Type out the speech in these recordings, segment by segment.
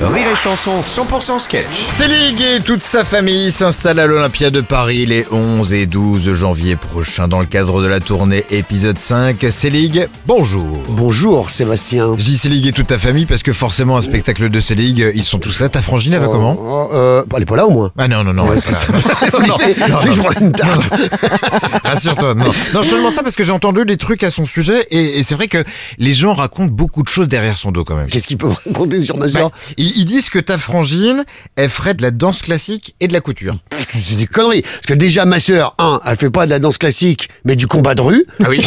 Rire et Chanson 100% sketch. Selig et toute sa famille s'installent à l'Olympia de Paris les 11 et 12 janvier prochains dans le cadre de la tournée épisode 5. Selig, bonjour. Bonjour Sébastien. Je dis Selig et toute ta famille parce que forcément un spectacle de Selig, ils sont tous là. Ta frangine, elle va comment Oh, euh, bah, elle est pas là au moins. Ah non, non, non. est-ce que ça- bah, Non, non, C'est que je prends une tarte. Rassure-toi, non. Non, je te demande ça parce que j'ai entendu des trucs à son sujet et, et c'est vrai que les gens racontent beaucoup de choses derrière son dos quand même. Qu'est-ce qu'ils peuvent raconter sur mesure Bah, ils, ils disent que ta frangine, elle ferait de la danse classique et de la couture. Pff, C'est des conneries. Parce que déjà, ma sœur, un, elle fait pas de la danse classique, mais du combat de rue. Ah oui.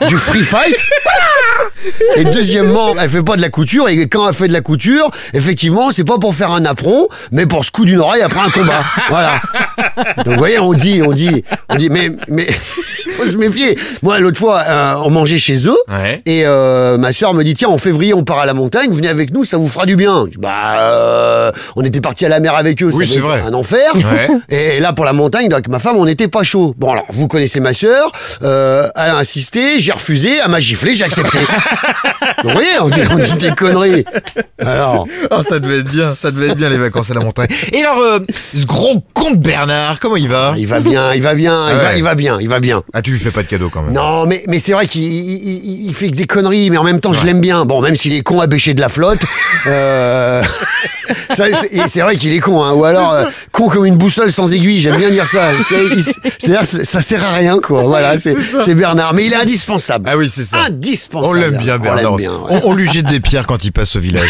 hein, du free fight. Et deuxièmement, elle fait pas de la couture. Et quand elle fait de la couture, effectivement, c'est pas pour faire un apron, mais pour se coup d'une oreille après un combat. Voilà. Donc vous voyez, on dit, on dit, on dit, mais, mais, faut se méfier. Moi, l'autre fois, euh, on mangeait chez eux. Ouais. Et euh, ma sœur me dit tiens en février on part à la montagne venez avec nous ça vous fera du bien. Je dis, bah euh, on était parti à la mer avec eux Oui, ça c'est devait vrai. être un enfer. Ouais. Et là pour la montagne donc ma femme on n'était pas chaud. Bon alors vous connaissez ma sœur euh, elle a insisté j'ai refusé elle m'a giflé j'ai accepté. vous voyez on dit, on dit des conneries. Alors Oh, ça devait être bien, ça devait être bien les vacances à la montagne. Et alors, euh, ce gros con de Bernard, comment il va Ah, il va bien il va bien il, va, Ouais. il va bien il va bien. Ah, tu lui fais pas de cadeau quand même. Non, mais, mais c'est vrai qu'il il- il- il fait que des conneries, mais en même temps, je l'aime bien. Bon, même s'il est con à bêcher de la flotte, euh, ça, c'est et c'est vrai qu'il est con, hein. ou alors euh, con comme une boussole sans aiguille, j'aime bien dire ça. C'est- il- C'est-à-dire, c'est- ça sert à rien, quoi. Voilà, c'est c'est Bernard. Mais il est indispensable. Ah oui, c'est ça. Indispensable. On l'aime bien, Bernard. On l'aime bien, ouais. On- on lui jette des pierres quand il passe au village.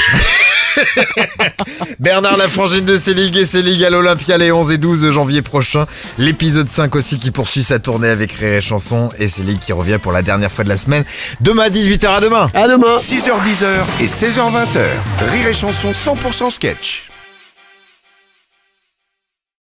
Bernard, la frangine de Célig et Célig à l'Olympia les 11 et 12 janvier prochain. L'épisode 5 aussi qui poursuit sa tournée avec Ré et Chanson et Célig qui revient pour la dernière fois de la semaine. Demain, 18h à demain. À demain. 6h10 et 16h20. Rire et Chanson 100% sketch.